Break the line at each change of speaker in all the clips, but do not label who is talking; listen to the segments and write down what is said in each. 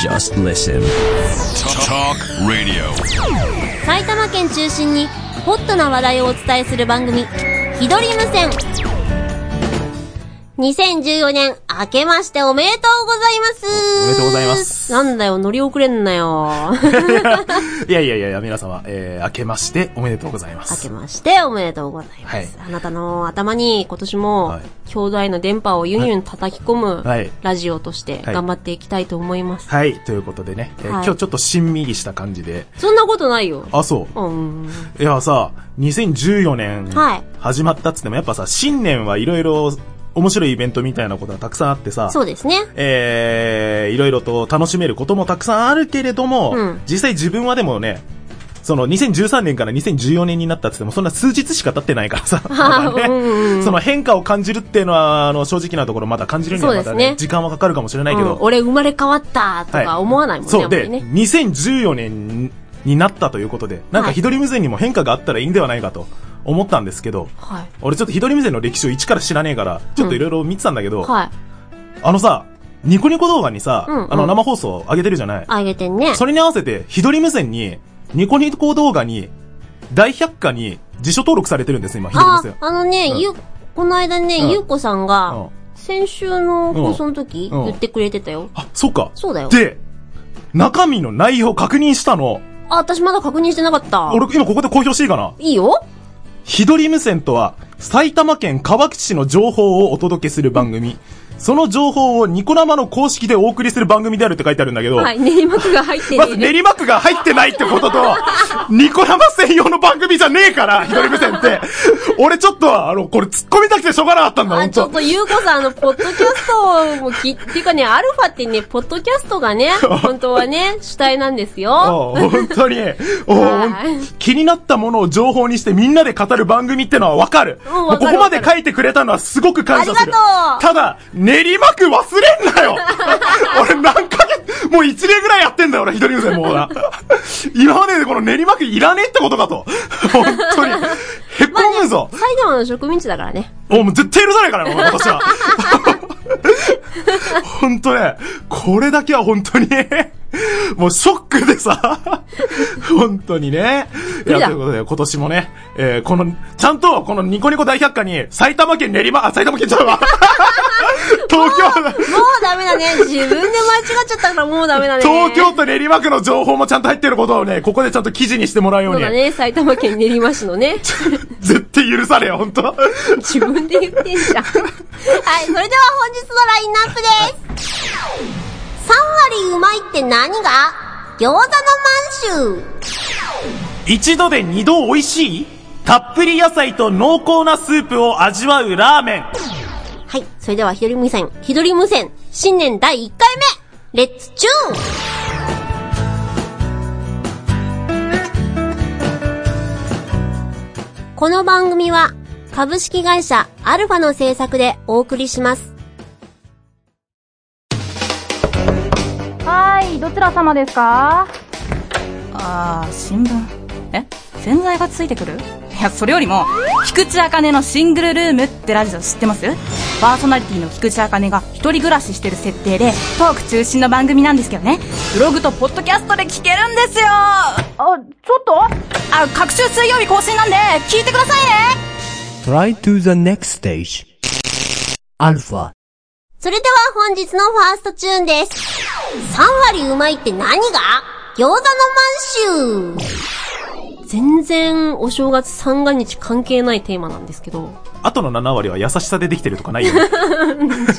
Just listen.
Talk Radio.
埼玉県中心にホットな話題をお伝えする番組「ひどり無線」2014年明けましておめでとうございます
おめでとうございます
なんだよ乗り遅れんな よ
いやいやいやいや、皆様、えー、明けましておめでとうございま
明
す。
けましておめでとうございます、
は
あなたの頭に今年も
はい
兄弟の電波をユンユン叩き込
はい
むラジオとして
はい
頑張っていきたいと思います、
はい、ということでね、えー
はい
今日ちょっとしんみりした感じで、
そんなことないよ
あ、そうう。
ん
いやさ、2014年
はい、
始まったっつっても、やっぱさ、新年はいろいろ面白いイベントみたいなことがたくさんあってさ、
そうですね
えー、いろいろと楽しめることもたくさんあるけれども、
うん
実際自分はでもね、その2013年から2014年になったって言ってもそんな数日しか経ってないか らさ、まだね
うんうんうん
その変化を感じるっていうのは、あの、正直なところまだ感じるにはま
そ
だ
うです
ね、
ね
時間はかかるかもしれないけ
う
ど、
ん、俺生まれ変わったとか思わないもんね、
そ
あ
うん
ま
で、
りね
2014年になったということで、なん
は
か
い
ひどり無線にも変化があったらいいんではないかと思ったんですけど、
はい
俺ちょっとひどり無線の歴史を一から知らねえから、ちょっといろいろ見てたんだけど、
はい。
あのさ、ニコニコ動画にさ、
うんうん
あの生放送上げてるじゃない。
あげてんね。
それに合わせて、ひどり無線に、ニコニコ動画に、大百科に辞書登録されてるんです、今、ひどり無
あ
線、。
あのね、
うん
ゆ、この間ね、
うん
ゆうこさん
うん
が、先週の放送の時、
うん
言ってくれてたよ。
あ、そうか。
そうだよ。
で、中身の内容確認したの。
あ、私まだ確認してなかった。
俺、今ここで公表していいかない
いよ
ひどり無線とは、埼玉県川口市の情報をお届けする番組。その情報をニコ生の公式でお送りする番組であるって書いてあるんだけど、
はい、練馬区が入って
まず
ね。
練馬区が入ってないってこと と、ニコ生専用の番組じゃねえから、ひどり無線って。俺ちょっと、あの、これ突っ込みたくてしょうがなかったんだ、ほ
あ、
ん
ちょっ
と。
とゆうこさん、あの、ポッドキャストもき、 っていうかね、アルファってね、ポッドキャストがね、本当はね、主体なんですよ。
おう本当に、 おう
はい
気になったものを情報にしてみんなで語る番組ってのはわかる。
うん
もう
わか
ここ
る
まで書いてくれたのはすごく感謝する。
あり
ただ、練馬区忘れんなよ 俺何ヶ月、もう1年ぐらいやってんだよ、俺、一人無線もう な。今まででこの練馬区いらねえってことかと。本当に。へっこむぞ。
埼玉の植民地だからね。
おもう絶対許さないからね、私は。 本当ね、これだけは本当に、もうショックでさ、本当にね。い
無理だ
や、ということで今年もね、えー、この、ちゃんとこのニコニコ大百科に埼玉県練馬、あ、埼玉県ちゃ うわ。東京、
もうダメだね。自分で間違っちゃったからもうダメだね。
東京都練馬区の情報もちゃんと入ってることをね、ここでちゃんと記事にしてもらうよう
そう
に。
だね、 埼玉県練馬市のね。
絶対許されよ、本当
自分で言 ってんじゃん。はい、それでは本日のラインナップです。3割うまいって何が餃子の満州。
一度で二度美味しいたっぷり野菜と濃厚なスープを味わうラーメン。
はい、それではひどり無線、ひどり無線、新年第1回目、レッツチューンこの番組は、株式会社アルファの制作でお送りします。
はい、どちら様ですか
ああ新聞え洗剤がついてくるいやそれよりも菊池茜のシングルルームってラジオ知ってますパーソナリティの菊池茜が一人暮らししてる設定でトーク中心の番組なんですけどねブログとポッドキャストで聞けるんですよあ
あ、ちょっと
各週水曜日更新なんで聞いてくださいね
Try to the next stage. Alpha.
それでは本日のファーストチューンです。3割うまいって何が餃子の満州全然お正月三が日関係ないテーマなんですけど。
あとの7割は優しさでできてるとかないよね。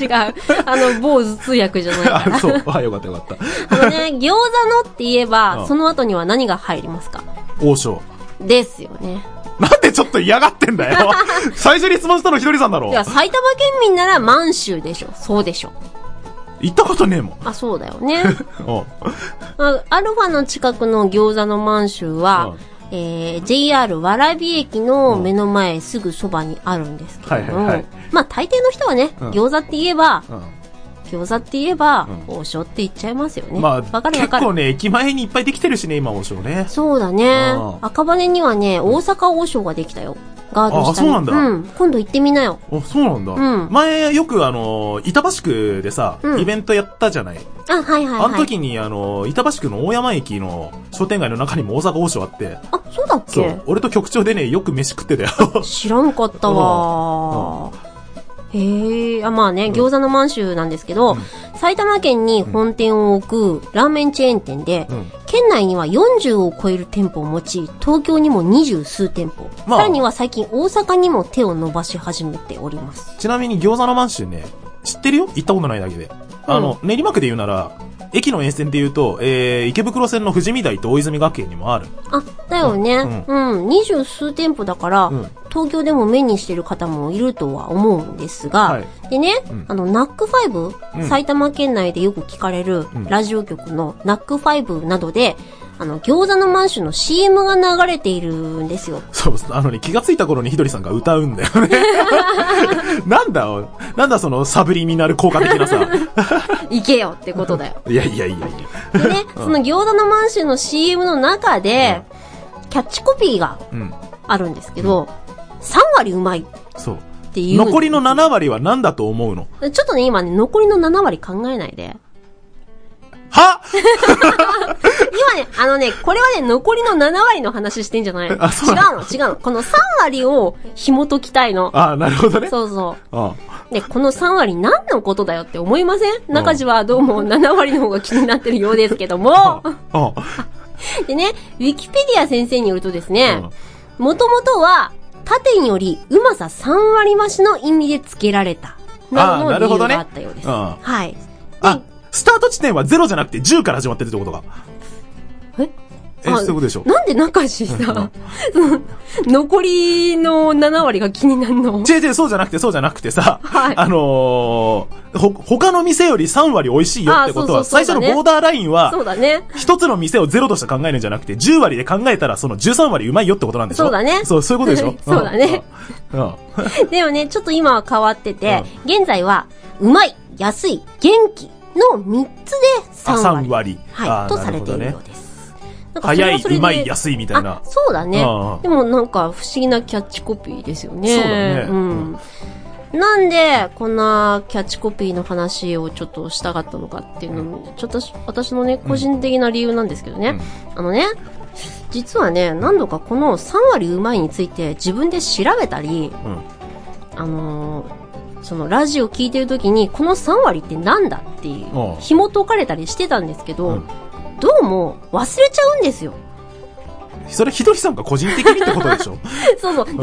違う。あの、某頭痛薬じゃない か
あ、そう。あ、よかったよかっ
ら。あのね、餃子のって言え
う
ば、
ん
その後には何が入りますか
た。王将。
ですよね。
なんでちょっと嫌がってんだよ。最初に質問したのひどりさんだろ
い。や、埼玉県民なら満州でしょ。そうでしょ。
行ったことねえもん。
あ、そうだよね。
おう
あアルファの近くの餃子の満州は、えー、JR 蕨駅の目の前すぐそばにあるんですけれども、
はいはいはい
まあ大抵の人はね、
うん
餃子って言えば、餃子って言えば、
う
王将って言っちゃいますよね。
ま
わか
あ、
るわ
結
かる
構。ね、駅前にいっぱいできてるしね、今王将ね。
そうだね
う。ん
赤羽にはね、大阪王将ができたよ。ガードした
あそうなんだ
うん。今度行ってみなよ。
お、そうなんだ。
うん
前、よくあの、板橋区でさ、
うん
イベントやったじゃない。
あ、はいはいはい。
あの時に、あの、板橋区の大山駅の商店街の中にも大阪王将あって、
あ、そうだっ
そ
け
う、俺と局長でね、よく飯食ってたよ。
知らんかったわ。へえ、あ、まあね、餃子の満州なんですけど、埼玉県に本店を置くラーメンチェーン店で、
ん
県内には40を超える店舗を持ち、東京にも20数店舗、
まあ
さらには最近大阪にも手を伸ばし始めております。
ちなみに餃子の満州ね、知ってるよ行ったことないだけで。あの、練馬区で言うなら、駅の沿線で言うと、えー、池袋線の富士見台と大泉学園にもある。
あ、だよね。うん、20数店舗だから、
ん
東京でも目にしてる方もいるとは思うんですが、
はい
でね、あの、ナックファイブ、埼玉県内でよく聞かれるラジオ局のナックファイブなどで、あの、餃子の満州の CM が流れているんですよ。
そう、あのね、気がついた頃にひどりさんが歌うんだよね。 なんだ、なんだそのサブリミナル効果的なさ。
行けよってことだよ。
いやいやいやい や。
でね、その餃子の満州の CM の中で、キャッチコピーが
うん。
あるんですけど、3割うまいっ
そう。
ていう。
残りの7割は何だと思うの
ちょっとね、今ね、残りの7割考えないで。
は
今ね、あのね、これはね、残りの7割の話してんじゃない違う
あそうな
の、違うの。この3割を紐解きたいの。
あ、なるほどね。
そうそ
あ
う。で、この3割何のことだよって思いません中地はどう も7割の方が気になってるようですけども。
あ。
でね、ウィキペディア先生によるとですね
うん、
もともとは、縦によりうまさ3割増しの意味で付けられた。など
あー
の
な
理
るほど
由
ね
があったようです。
うん
はい。
あ、スタート地点は0じゃなくて10から始まってるってことか。
え
え、そういうことでしょ。
なんで中地 さ、その残りの7割が気になるの
違う違う、そうじゃなくて、そうじゃなくてさ、
はい
あのー、ほ、他の店より3割美味しいよってこと
あ
は、
そうそう
最
そう
初
だね
のボーダーライン
そう
は、
だね。
一つの店をゼロとして考えるんじゃなくて、10割で考えたら、その13割うまいよってことなんでしょ
そうだね
そう、そういうことでしょ
そうだね。
うん。うん
でもね、ちょっと今は変わってて、現在は、うまい、安い、元気の3つで3
あ、
割。
3割。
はい。
あ
と
ー
されてい
な
る
る
よ
ほ
う
どね
です。
早い、うまい、
い
安いみたい
あ
な、。
そうだね
うんうん。
でもなんか不思議なキャッチコピーですよね。
そうだね
うん。なんで、こんなキャッチコピーの話をちょっとしたかったのかっていうのも、ちょっとし私のね、個人的な理由なんですけどね。あのね、実はね、何度かこの3割うまいについて自分で調べたり、
うん。
あのーそのラジオ聞いてるときに、この3割ってなんだってい
あ
う、
あ
紐解かれたりしてたんですけど、
うん
どうも忘れちゃうんですよ。
それ、ひどりさんが個人的にってことで しょ
そうそう。でも、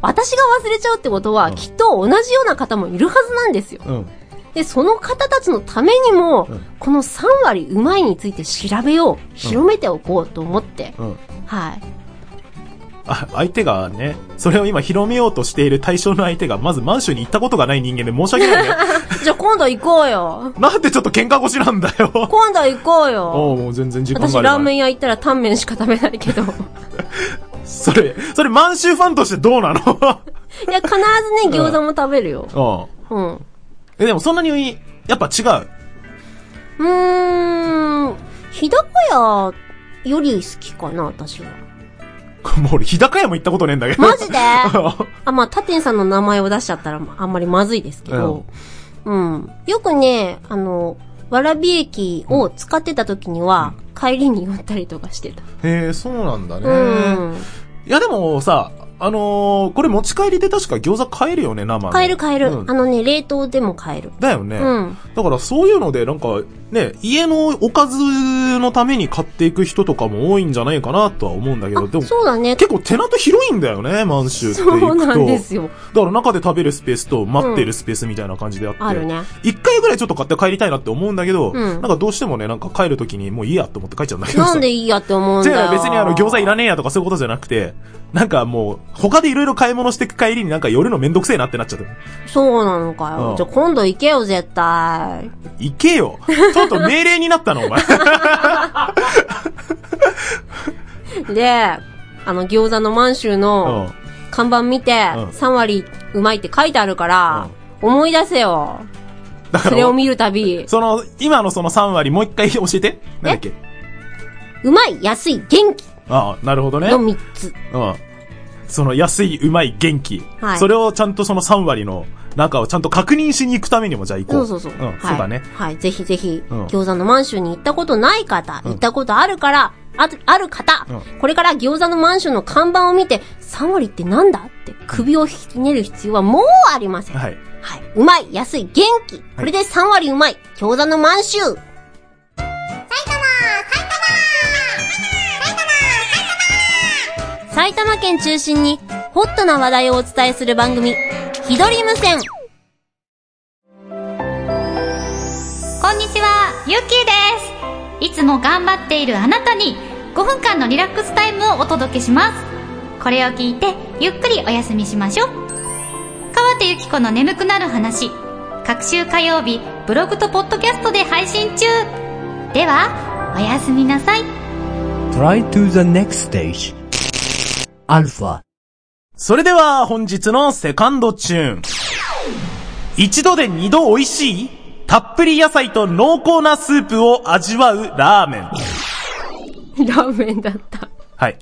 私が忘れちゃうってことは、きっと同じような方もいるはずなんですよ。
うん。
で、その方たちのためにも、この3割うまいについて調べよう、広めておこうと思って、
うん。
はい。
あ、相手がね、それを今広めようとしている対象の相手が、まず満州に行ったことがない人間で申し訳ないね。
じゃあ今度行こうよ。
なんでちょっと喧嘩腰なんだよ。
今度行こう
ああ、
よ。
もう全然時間
私
があれば
ラーメン屋行ったらタンメンしか食べない けど。
それ、それ満州ファンとしてどうなの
いや、必ずね、餃子も食べるよ。
うん。
うん。う
え、でもそんなに、やっぱ違う。
ーん、日高屋より好きかな、私 は。
もう俺、日高屋も行ったことねえんだけど。
マジで
あ
あ、まあ、タテンさんの名前を出しちゃったらあんまりまずいですけど、うん。よくね、あの、わらび駅を使ってた時には、帰りに寄ったりとかしてた。
へえ、そうなんだね。
うん。
いやでもさ、あのーこれ持ち帰りで確か餃子買えるよね、生の。
帰る帰る。
うん
あのね、冷凍でも帰る。
だよね。
うん
だからそういうので、なんか、ね、家のおかずのために買っていく人とかも多いんじゃないかなとは思うんだけど、でも、
そうだね。
結構テナント広いんだよね、満州って行くと。
そうなんですよ。
だから中で食べるスペースと待ってるスペースみたいな感じであって。
うんあるね
一回ぐらいちょっと買って帰りたいなって思うんだけど、
ん
なんかどうしてもね、なんか帰るときにもういいやと思って帰っちゃうんだけどさ
なんでいいやって思うん
じ
だよ
ゃ。あ別にあの餃子いらねえやとかそういうことじゃなくて、なんかもう、他でいろいろ買い物してく帰りになんか寄るのめんどくせえなってなっちゃって。
そうなのかよ。
うん
じゃあ今度行けよ、絶対。
行けよちょっと命令になったの、お 前。
で、あの、餃子の満州の
うん
看板見て、
うん
3割うまいって書いてあるから、思い出せよ。
だか
それ
ら
を、見るたび、
その、今のその3割もう一回教えて。なんだっけ
うまい、安い、元気
ああ、なるほどね。う
の
ん。
3つ。
その安い、うまい、元気。
はい
それをちゃんとその3割の中をちゃんと確認しに行くためにもじゃあ行こ。
そううそうそう。
ん、そうだね。
はい。ぜひぜひ、
うん
餃子の満州に行ったことない方、
ん
行ったことあるから、あ、ある方、
う
これから餃子の満州の看板を見て、3割ってなんだって首をひねる必要はもうありません。
はい。
はい。うまい、安い、元気。これで3割うまい。餃子の満州。埼玉埼玉県中心に、ホットな話題をお伝えする番組、ひどり無線。
こんにちは、ゆっきーです。いつも頑張っているあなたに5分間のリラックスタイムをお届けします。これを聞いてゆっくりお休みしましょう。川手ゆき子の眠くなる話、各週火曜日ブログとポッドキャストで配信中。では、おやすみなさい。
Try to the next stage. Alpha.
それでは本日のセカンドチューン。一度で二度美味しいたっぷり野菜と濃厚なスープを味わうラーメン。
ラーメンだった。
はい。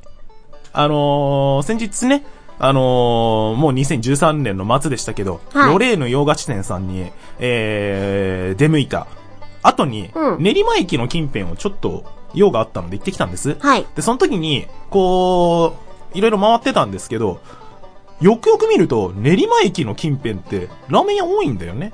あのー、先日ね、あのー、もう2013年の末でしたけど、
はい
ロレーヌ洋菓子店さんに、えー、出向いた後に、
うん
練馬駅の近辺をちょっと用があったので行ってきたんです。
はい。
で、その時に、こう、いろいろ回ってたんですけど、よくよく見ると、練馬駅の近辺って、ラーメン屋多いんだよね。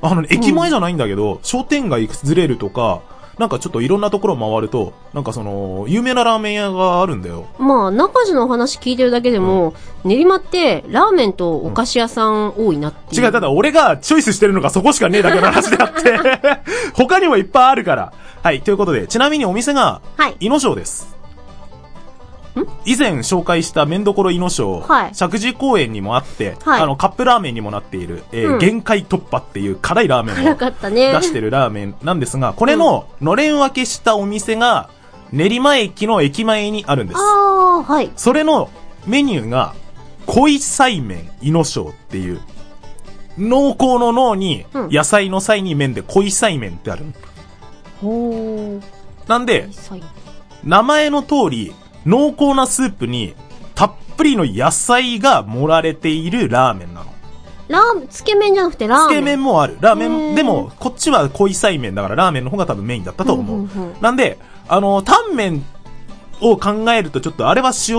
あの、駅前じゃないんだけど、商店街ずれるとか、なんかちょっといろんなところ回ると、なんかその、有名なラーメン屋があるんだよ。
まあ、中地のお話聞いてるだけでも、練馬って、ラーメンとお菓子屋さん多いなってい
違
う。
う、ただ俺がチョイスしてるのがそこしかねえだけの話であって、 他にもいっぱいあるから。はい、ということで、ちなみにお店が、
はい
イノショウです。以前紹介した麺どころイノショウ、
はい
石神井公園にもあって、
はい
あの、カップラーメンにもなっている、えー
うん
限界突破っていう辛いラーメン
辛
を
かったね。
出してるラーメンなんですが、これののれん分けしたお店が、練馬駅の駅前にあるんで
あ
す。
あ、はい。
それのメニューが、恋菜麺、イノショウっていう、濃厚の脳に
うん、
野菜の菜に麺で恋菜麺ってある。
ほー。
なんで、
はい
名前の通り、濃厚なスープに、たっぷりの野菜が盛られているラーメンなの。
ラーメン、つけ麺じゃなくてラーメン。
つけ麺もある。ラーメ
へ
ン、
ー
でも、こっちは濃い菜麺だから、ラーメンの方が多分メインだったと思う。
うんうんうん
なんで、あの、タンメンを考えるとちょっと、あれは塩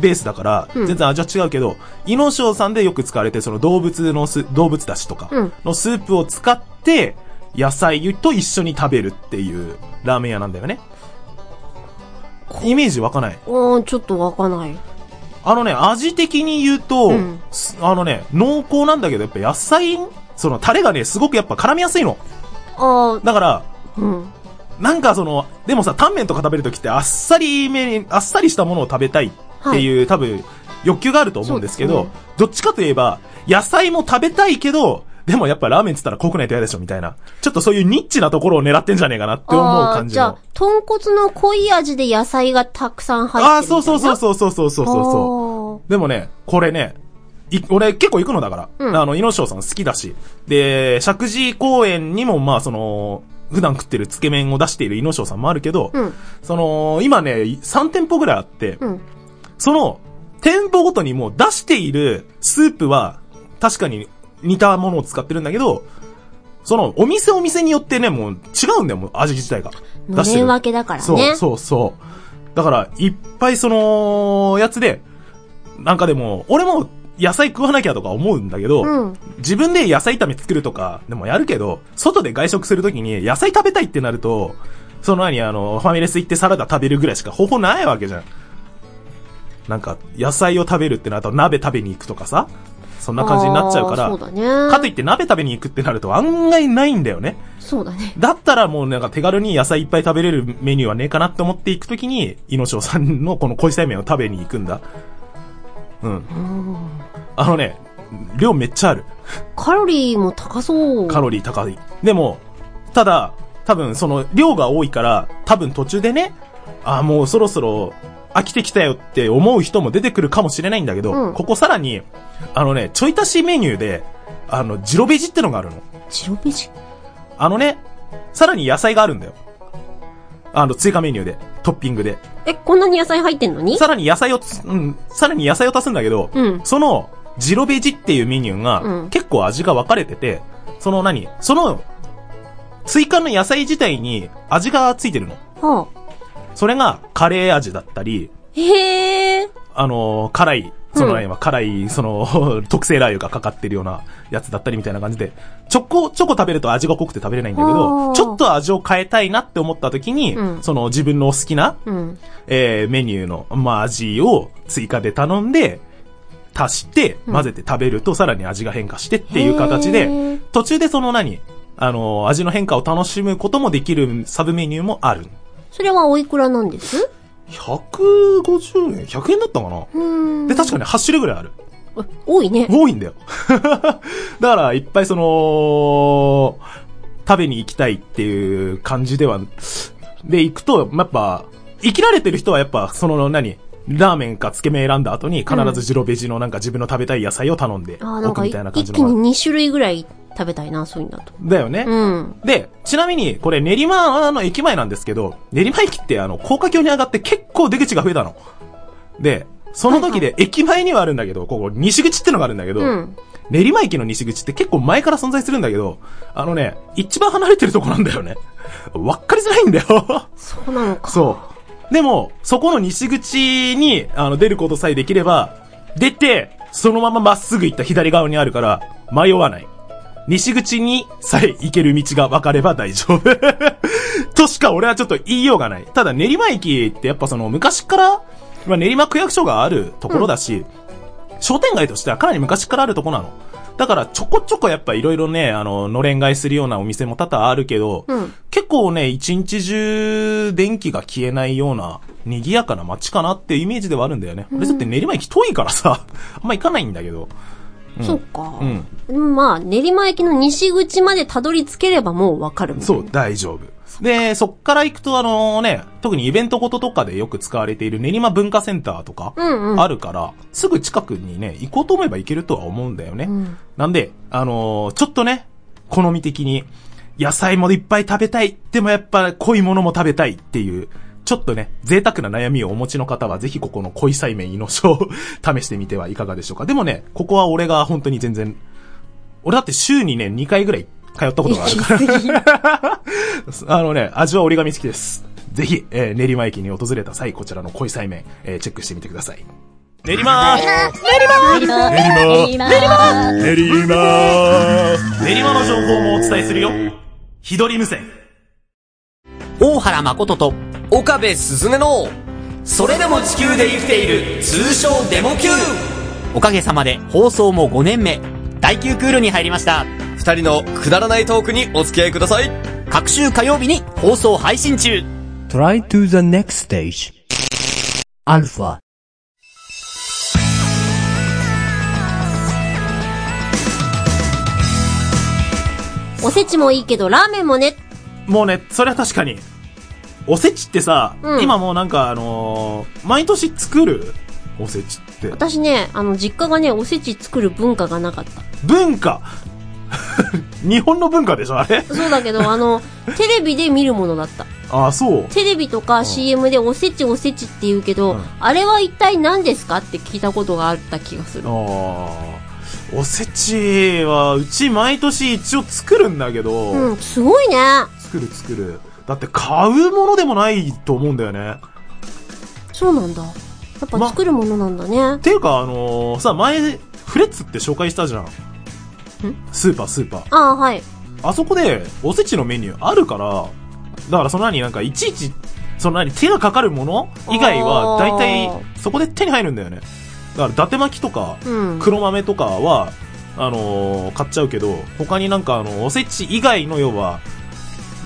ベースだから、
うん
全然味は違うけど、イノショウさんでよく使われて、その動物のス、動物だしとか
うん
のスープを使って、野菜と一緒に食べるっていうラーメン屋なんだよね。イメージ湧かない
あーちょっとわかんない。
あのね、味的に言うと、
うん
すあのね、濃厚なんだけど、やっぱ野菜、そのタレがね、すごくやっぱ絡みやすいの。
あ
だから、
ーうん。
なんかその、でもさ、タンメンとか食べるときってあっさりめに、あっさりしたものを食べたいっていう、多分、欲求があると思うんですけ
そ
ど、
うです
どっちかといえば、野菜も食べたいけど、でもやっぱラーメンっつったら濃くないと嫌でしょみたいな。ちょっとそういうニッチなところを狙ってんじゃねえかなって思う
あー
感じ
じ
の。
ゃあ、豚骨の濃い味で野菜がたくさん入ってる
ああ、そうそうそう
う
そうそうそうそうそう。でもね、これね、い俺結構行くのだから、
うん
あの、イノショウさん好きだし、で、石神井公園にも、まあその、普段食ってるつけ麺を出しているイノショウさんもあるけど、
うん
その、今ね、3店舗ぐらいあって、
うん。
その、店舗ごとにもう出しているスープは、確かに似たものを使ってるんだけど、その、お店お店によってね、もう違うんだよ、もう味自体が。
の
出し
れん
てる
分けだからね。
そう、そう、そう。だから、いっぱいその、やつで、なんかでも、俺も野菜食わなきゃとか思うんだけど、
うん
自分で野菜炒め作るとか、でもやるけど、外で外食するときに野菜食べたいってなると、その前にあの、ファミレス行ってサラダ食べるぐらいしか方法ないわけじゃん。なんか、野菜を食べるってなると鍋食べに行くとかさ、そんな感じになっちゃうか
あ
ら、
ーそうだね。
かといって鍋食べに行くってなると案外ないんだよね。
そうだね。
だったらもうなんか手軽に野菜いっぱい食べれるメニューはねえかなって思っていくときに、イノショさんのこの恋菜麺を食べに行くんだ。うん。あのね、量めっちゃある。
カロリーも高そう。
カロリー高い。でも、ただ、多分その量が多いから、多分途中でね、あ、もうそろそろ飽きてきたよって思う人も出てくるかもしれないんだけど、
うん
ここさらに、あのね、ちょい足しメニューで、あの、ジロベジってのがあるの。
白ベジ
あのね、さらに野菜があるんだよ。あの、追加メニューで。トッピングで。
え、こんなに野菜入ってんのに
さらに野菜をつ、うん、さらに野菜を足すんだけど、
うん
その、ジロベジっていうメニュー
う
が
ん、
結構味が分かれてて、その何その、追加の野菜自体に味がついてるの。
はあ。
それが、カレー味だったり、
へえ。
あのー辛い、その
うん
ラインは辛い、その、 特製ラー油がかかってるようなやつだったりみたいな感じで、チョコ、チョコ食べると味が濃くて食べれないんだけ
あー
ど、ちょっと味を変えたいなって思った時に、
うん
その自分のお好きな、
うん。
えー、メニューの、まあ、味を追加で頼んで、足して、混ぜて食べるとさらに味が変化してっていう形
へー
で、途中でその何あのー、味の変化を楽しむこともできるサブメニューもある。
それはおいくらなんです
150円 ?100 円だったかな
うーん。
で、確かに8種類ぐらいある。
あ多いね。
多いんだよ。 だから、いっぱいその、食べに行きたいっていう感じでは、で、行くと、やっぱ、生きられてる人はやっぱ、その何、ラーメンかつけ麺選んだ後に、必ずジロベジのなんか自分の食べたい野菜を頼んで、
あーなん
置く
か
みたいな感
一
じ
気
のが。
に2種類ぐらい食べたいな、そういうんだと。
だよね。
うん。
で、ちなみに、これ練馬の駅前なんですけど、練馬駅ってあの、高架橋に上がって結構出口が増えたの。で、その時で、駅前にはあるんだけど、ここ、西口ってのがあるんだけど、
うん
練馬駅の西口って結構前から存在するんだけど、あのね、一番離れてるとこなんだよね。わっかりづらいんだよ。
そうなのか。
そう。でも、そこの西口に、あの、出ることさえできれば、出て、そのまままっすぐ行った左側にあるから、迷わない。西口にさえ行ける道が分かれば大丈夫。 としか俺はちょっと言いようがない。ただ練馬駅ってやっぱその昔から、まあ、練馬区役所があるところだし、商店街としてはかなり昔からあるとこなの。だからちょこちょこやっぱいろいろね、あの、のれん買いするようなお店も多々あるけど、
うん
結構ね、一日中電気が消えないような賑やかな街かなっていうイメージではあるんだよね。俺だって練馬駅遠いからさ、 あんま行かないんだけど。
そっか。
うん。
うん。まあ、練馬駅の西口までたどり着ければもうわかるもんね
そう、大丈夫。で、そっから行くとあのね、特にイベントごととかでよく使われている練馬文化センターとか
うんうん
あるから、すぐ近くにね、行こうと思えば行けるとは思うんだよね。なんで、あのーちょっとね、好み的に、野菜もいっぱい食べたい、でもやっぱ濃いものも食べたいっていう、ちょっとね、贅沢な悩みをお持ちの方は、ぜひここの恋菜麺イノショを 試してみてはいかがでしょうか。でもね、ここは俺が本当に全然、俺だって週にね、2回ぐらい通ったことがあるから。あのね、味は折り紙付きです。ぜひ、えー練馬駅に訪れた際、こちらの恋菜麺、えーチェックしてみてください。練馬
練馬
練馬の情報もお伝えするよ。ひどり無線。
大原誠と岡部鈴音のそれでも地球で生きている通称デモ級おかげさまで放送も5年目第9クールに入りました
二人のくだらないトークにお付き合いください。
各週火曜日に放送配信中
Try to the next stage. Alpha.
おせちもいいけど、ラーメンもね。
もうね、それは確かに。おせちってさ、
うん
今もうなんかあのー毎年作るおせちって。
私ね、あの、実家がね、おせち作る文化がなかった。
文化 日本の文化でしょあれ
そうだけ ど、あの、テレビで見るものだった。
ああ、そう。
テレビとか CM でおせちおせちって言うけど、あれは一体何ですかって聞いたことがあった気がする。
ああ。おせちは、うち毎年一応作るんだけど、
うん、すごいね。
作る作る。だって買うものでもないと思うんだよね。
そうなんだ。やっぱ
ま
作るものなんだね。
っていうか、あのーさ、前、フレッツって紹介したじゃん。スーパー、スーパー。
ああ、はい。
あそこで、おせちのメニューあるから、だからその何、なんかいちいち、その何、手がかかるもの以外は、
あー
大体、そこで手に入るんだよね。だから、伊達巻きとか、
うん
黒豆とかは、あのー買っちゃうけど、他になんか、あの、おせち以外の、要は、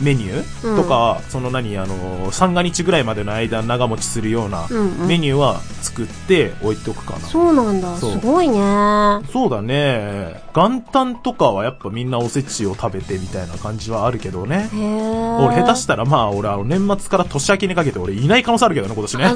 メニュ
うん
ーとか、その何、あのー三が日ぐらいまでの間、長持ちするような
うんうん
メニューは作って置いておくかな。
そうなんだ。す
そう
ごいね。
そうだね。元旦とかはやっぱみんなおせちを食べてみたいな感じはあるけどね。
へえ。
俺下手したらまあ俺あの年末から年明 けにかけて俺いない可能性あるけどね今年ね。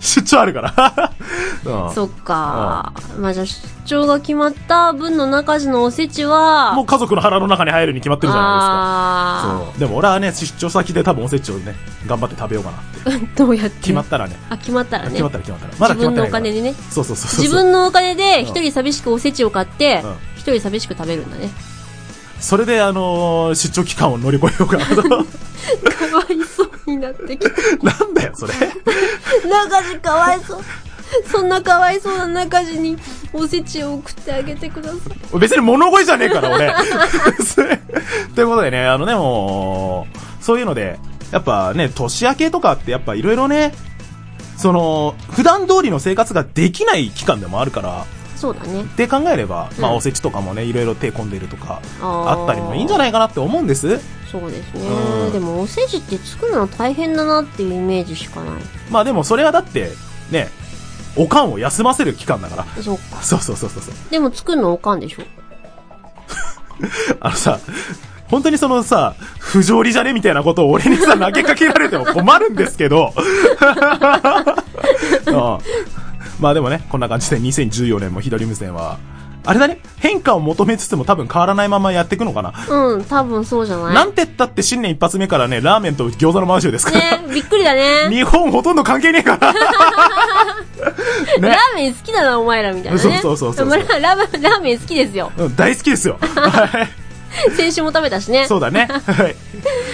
出張あるから。 うん
そっか。まあじゃあ出張が決まった分の中地のおせちは、
もう家族の腹の中に入るに決まってるじゃない
あ
ですか。そう。でも俺はね、出張先で多分おせちをね、頑張って食べようかなって。
ーどうやって
決まったらね。
あ、決まったらね。
決まったら決まったら。まだ
自
決
分
まって
の
な
お
いから。
金でね。
そうそうそうそう。
自分のお金で
ん
一人寂しくおせちを買って
うん、
一人寂しく食べるんだね。
それで、あのー出張期間を乗り越えようかなと。
かわいそうになってきた。
なんだよ、それ。
中地かわいそう。 そんなかわいそうな中地におせちを送ってあげてください。
別に物乞いじゃねえから、俺。 ということでね、あのね、もう、そういうので、やっぱね、年明けとかってやっぱいろいろね、その、普段通りの生活ができない期間でもあるから、
そうだね。
って考えれば、まあ、
うん
おせちとかもね、いろいろ手込んでるとか、
あー
あったりもいいんじゃないかなって思うんです。
そうですね
う。ん
でもおせちって作るの大変だなっていうイメージしかない。
まあでもそれはだって、ね、おかんを休ませる期間だから。
そっか。
そうそうそうそうそう。
でも作るのおかんでしょ。
あのさ、本当にそのさ、不条理じゃねみたいなことを俺にさ、投げかけられても困るんですけど。 うんまあでもね、こんな感じで2014年も左無線は、あれだね、変化を求めつつも多分変わらないままやっていくのかな。
うん、多分そうじゃない
なんてったって新年一発目からね、ラーメンと餃子の満州ですから。
ねびっくりだね。
日本ほとんど関係ねえから。ね
ラーメン好きだな、お前らみたいなね。
そうそうそうそう
まあララーメンラーメン好きですよ。
うん、大好きですよ。は
先週も食べたしね。
い。そうだね。はい。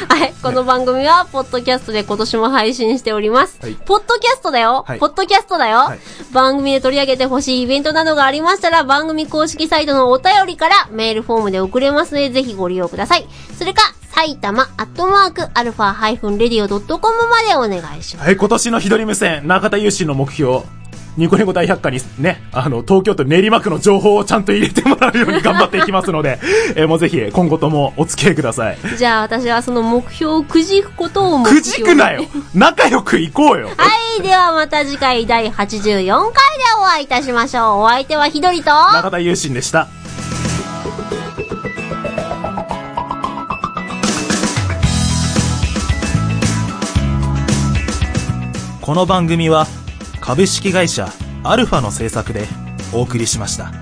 はい。この番組は、ポッドキャストで今年も配信しております。
はい
ポッドキャストだよ、
はい
ポッドキャストだよ、
はい
番組で取り上げてほしいイベントなどがありましたら、番組公式サイトのお便りからメールフォームで送れますので、ぜひご利用ください。それか、埼玉アットマークアルファハイフンレディオドットコムまでお願いします。
はい、今年の左無線、中田優心の目標、ニコニコ大百科にね、あの、東京都練馬区の情報をちゃんと入れてもらうように頑張っていきますので、えーもうぜひ、今後ともお付き合いください。
じゃあ、私はその目標をくじくことを目標
く
に
じくなよ仲良く行こうよ
はい。ではまた次回第84回でお会いいたしましょう。お相手はひどりと、
中田優心でした。この番組は、株式会社アルファの制作でお送りしました。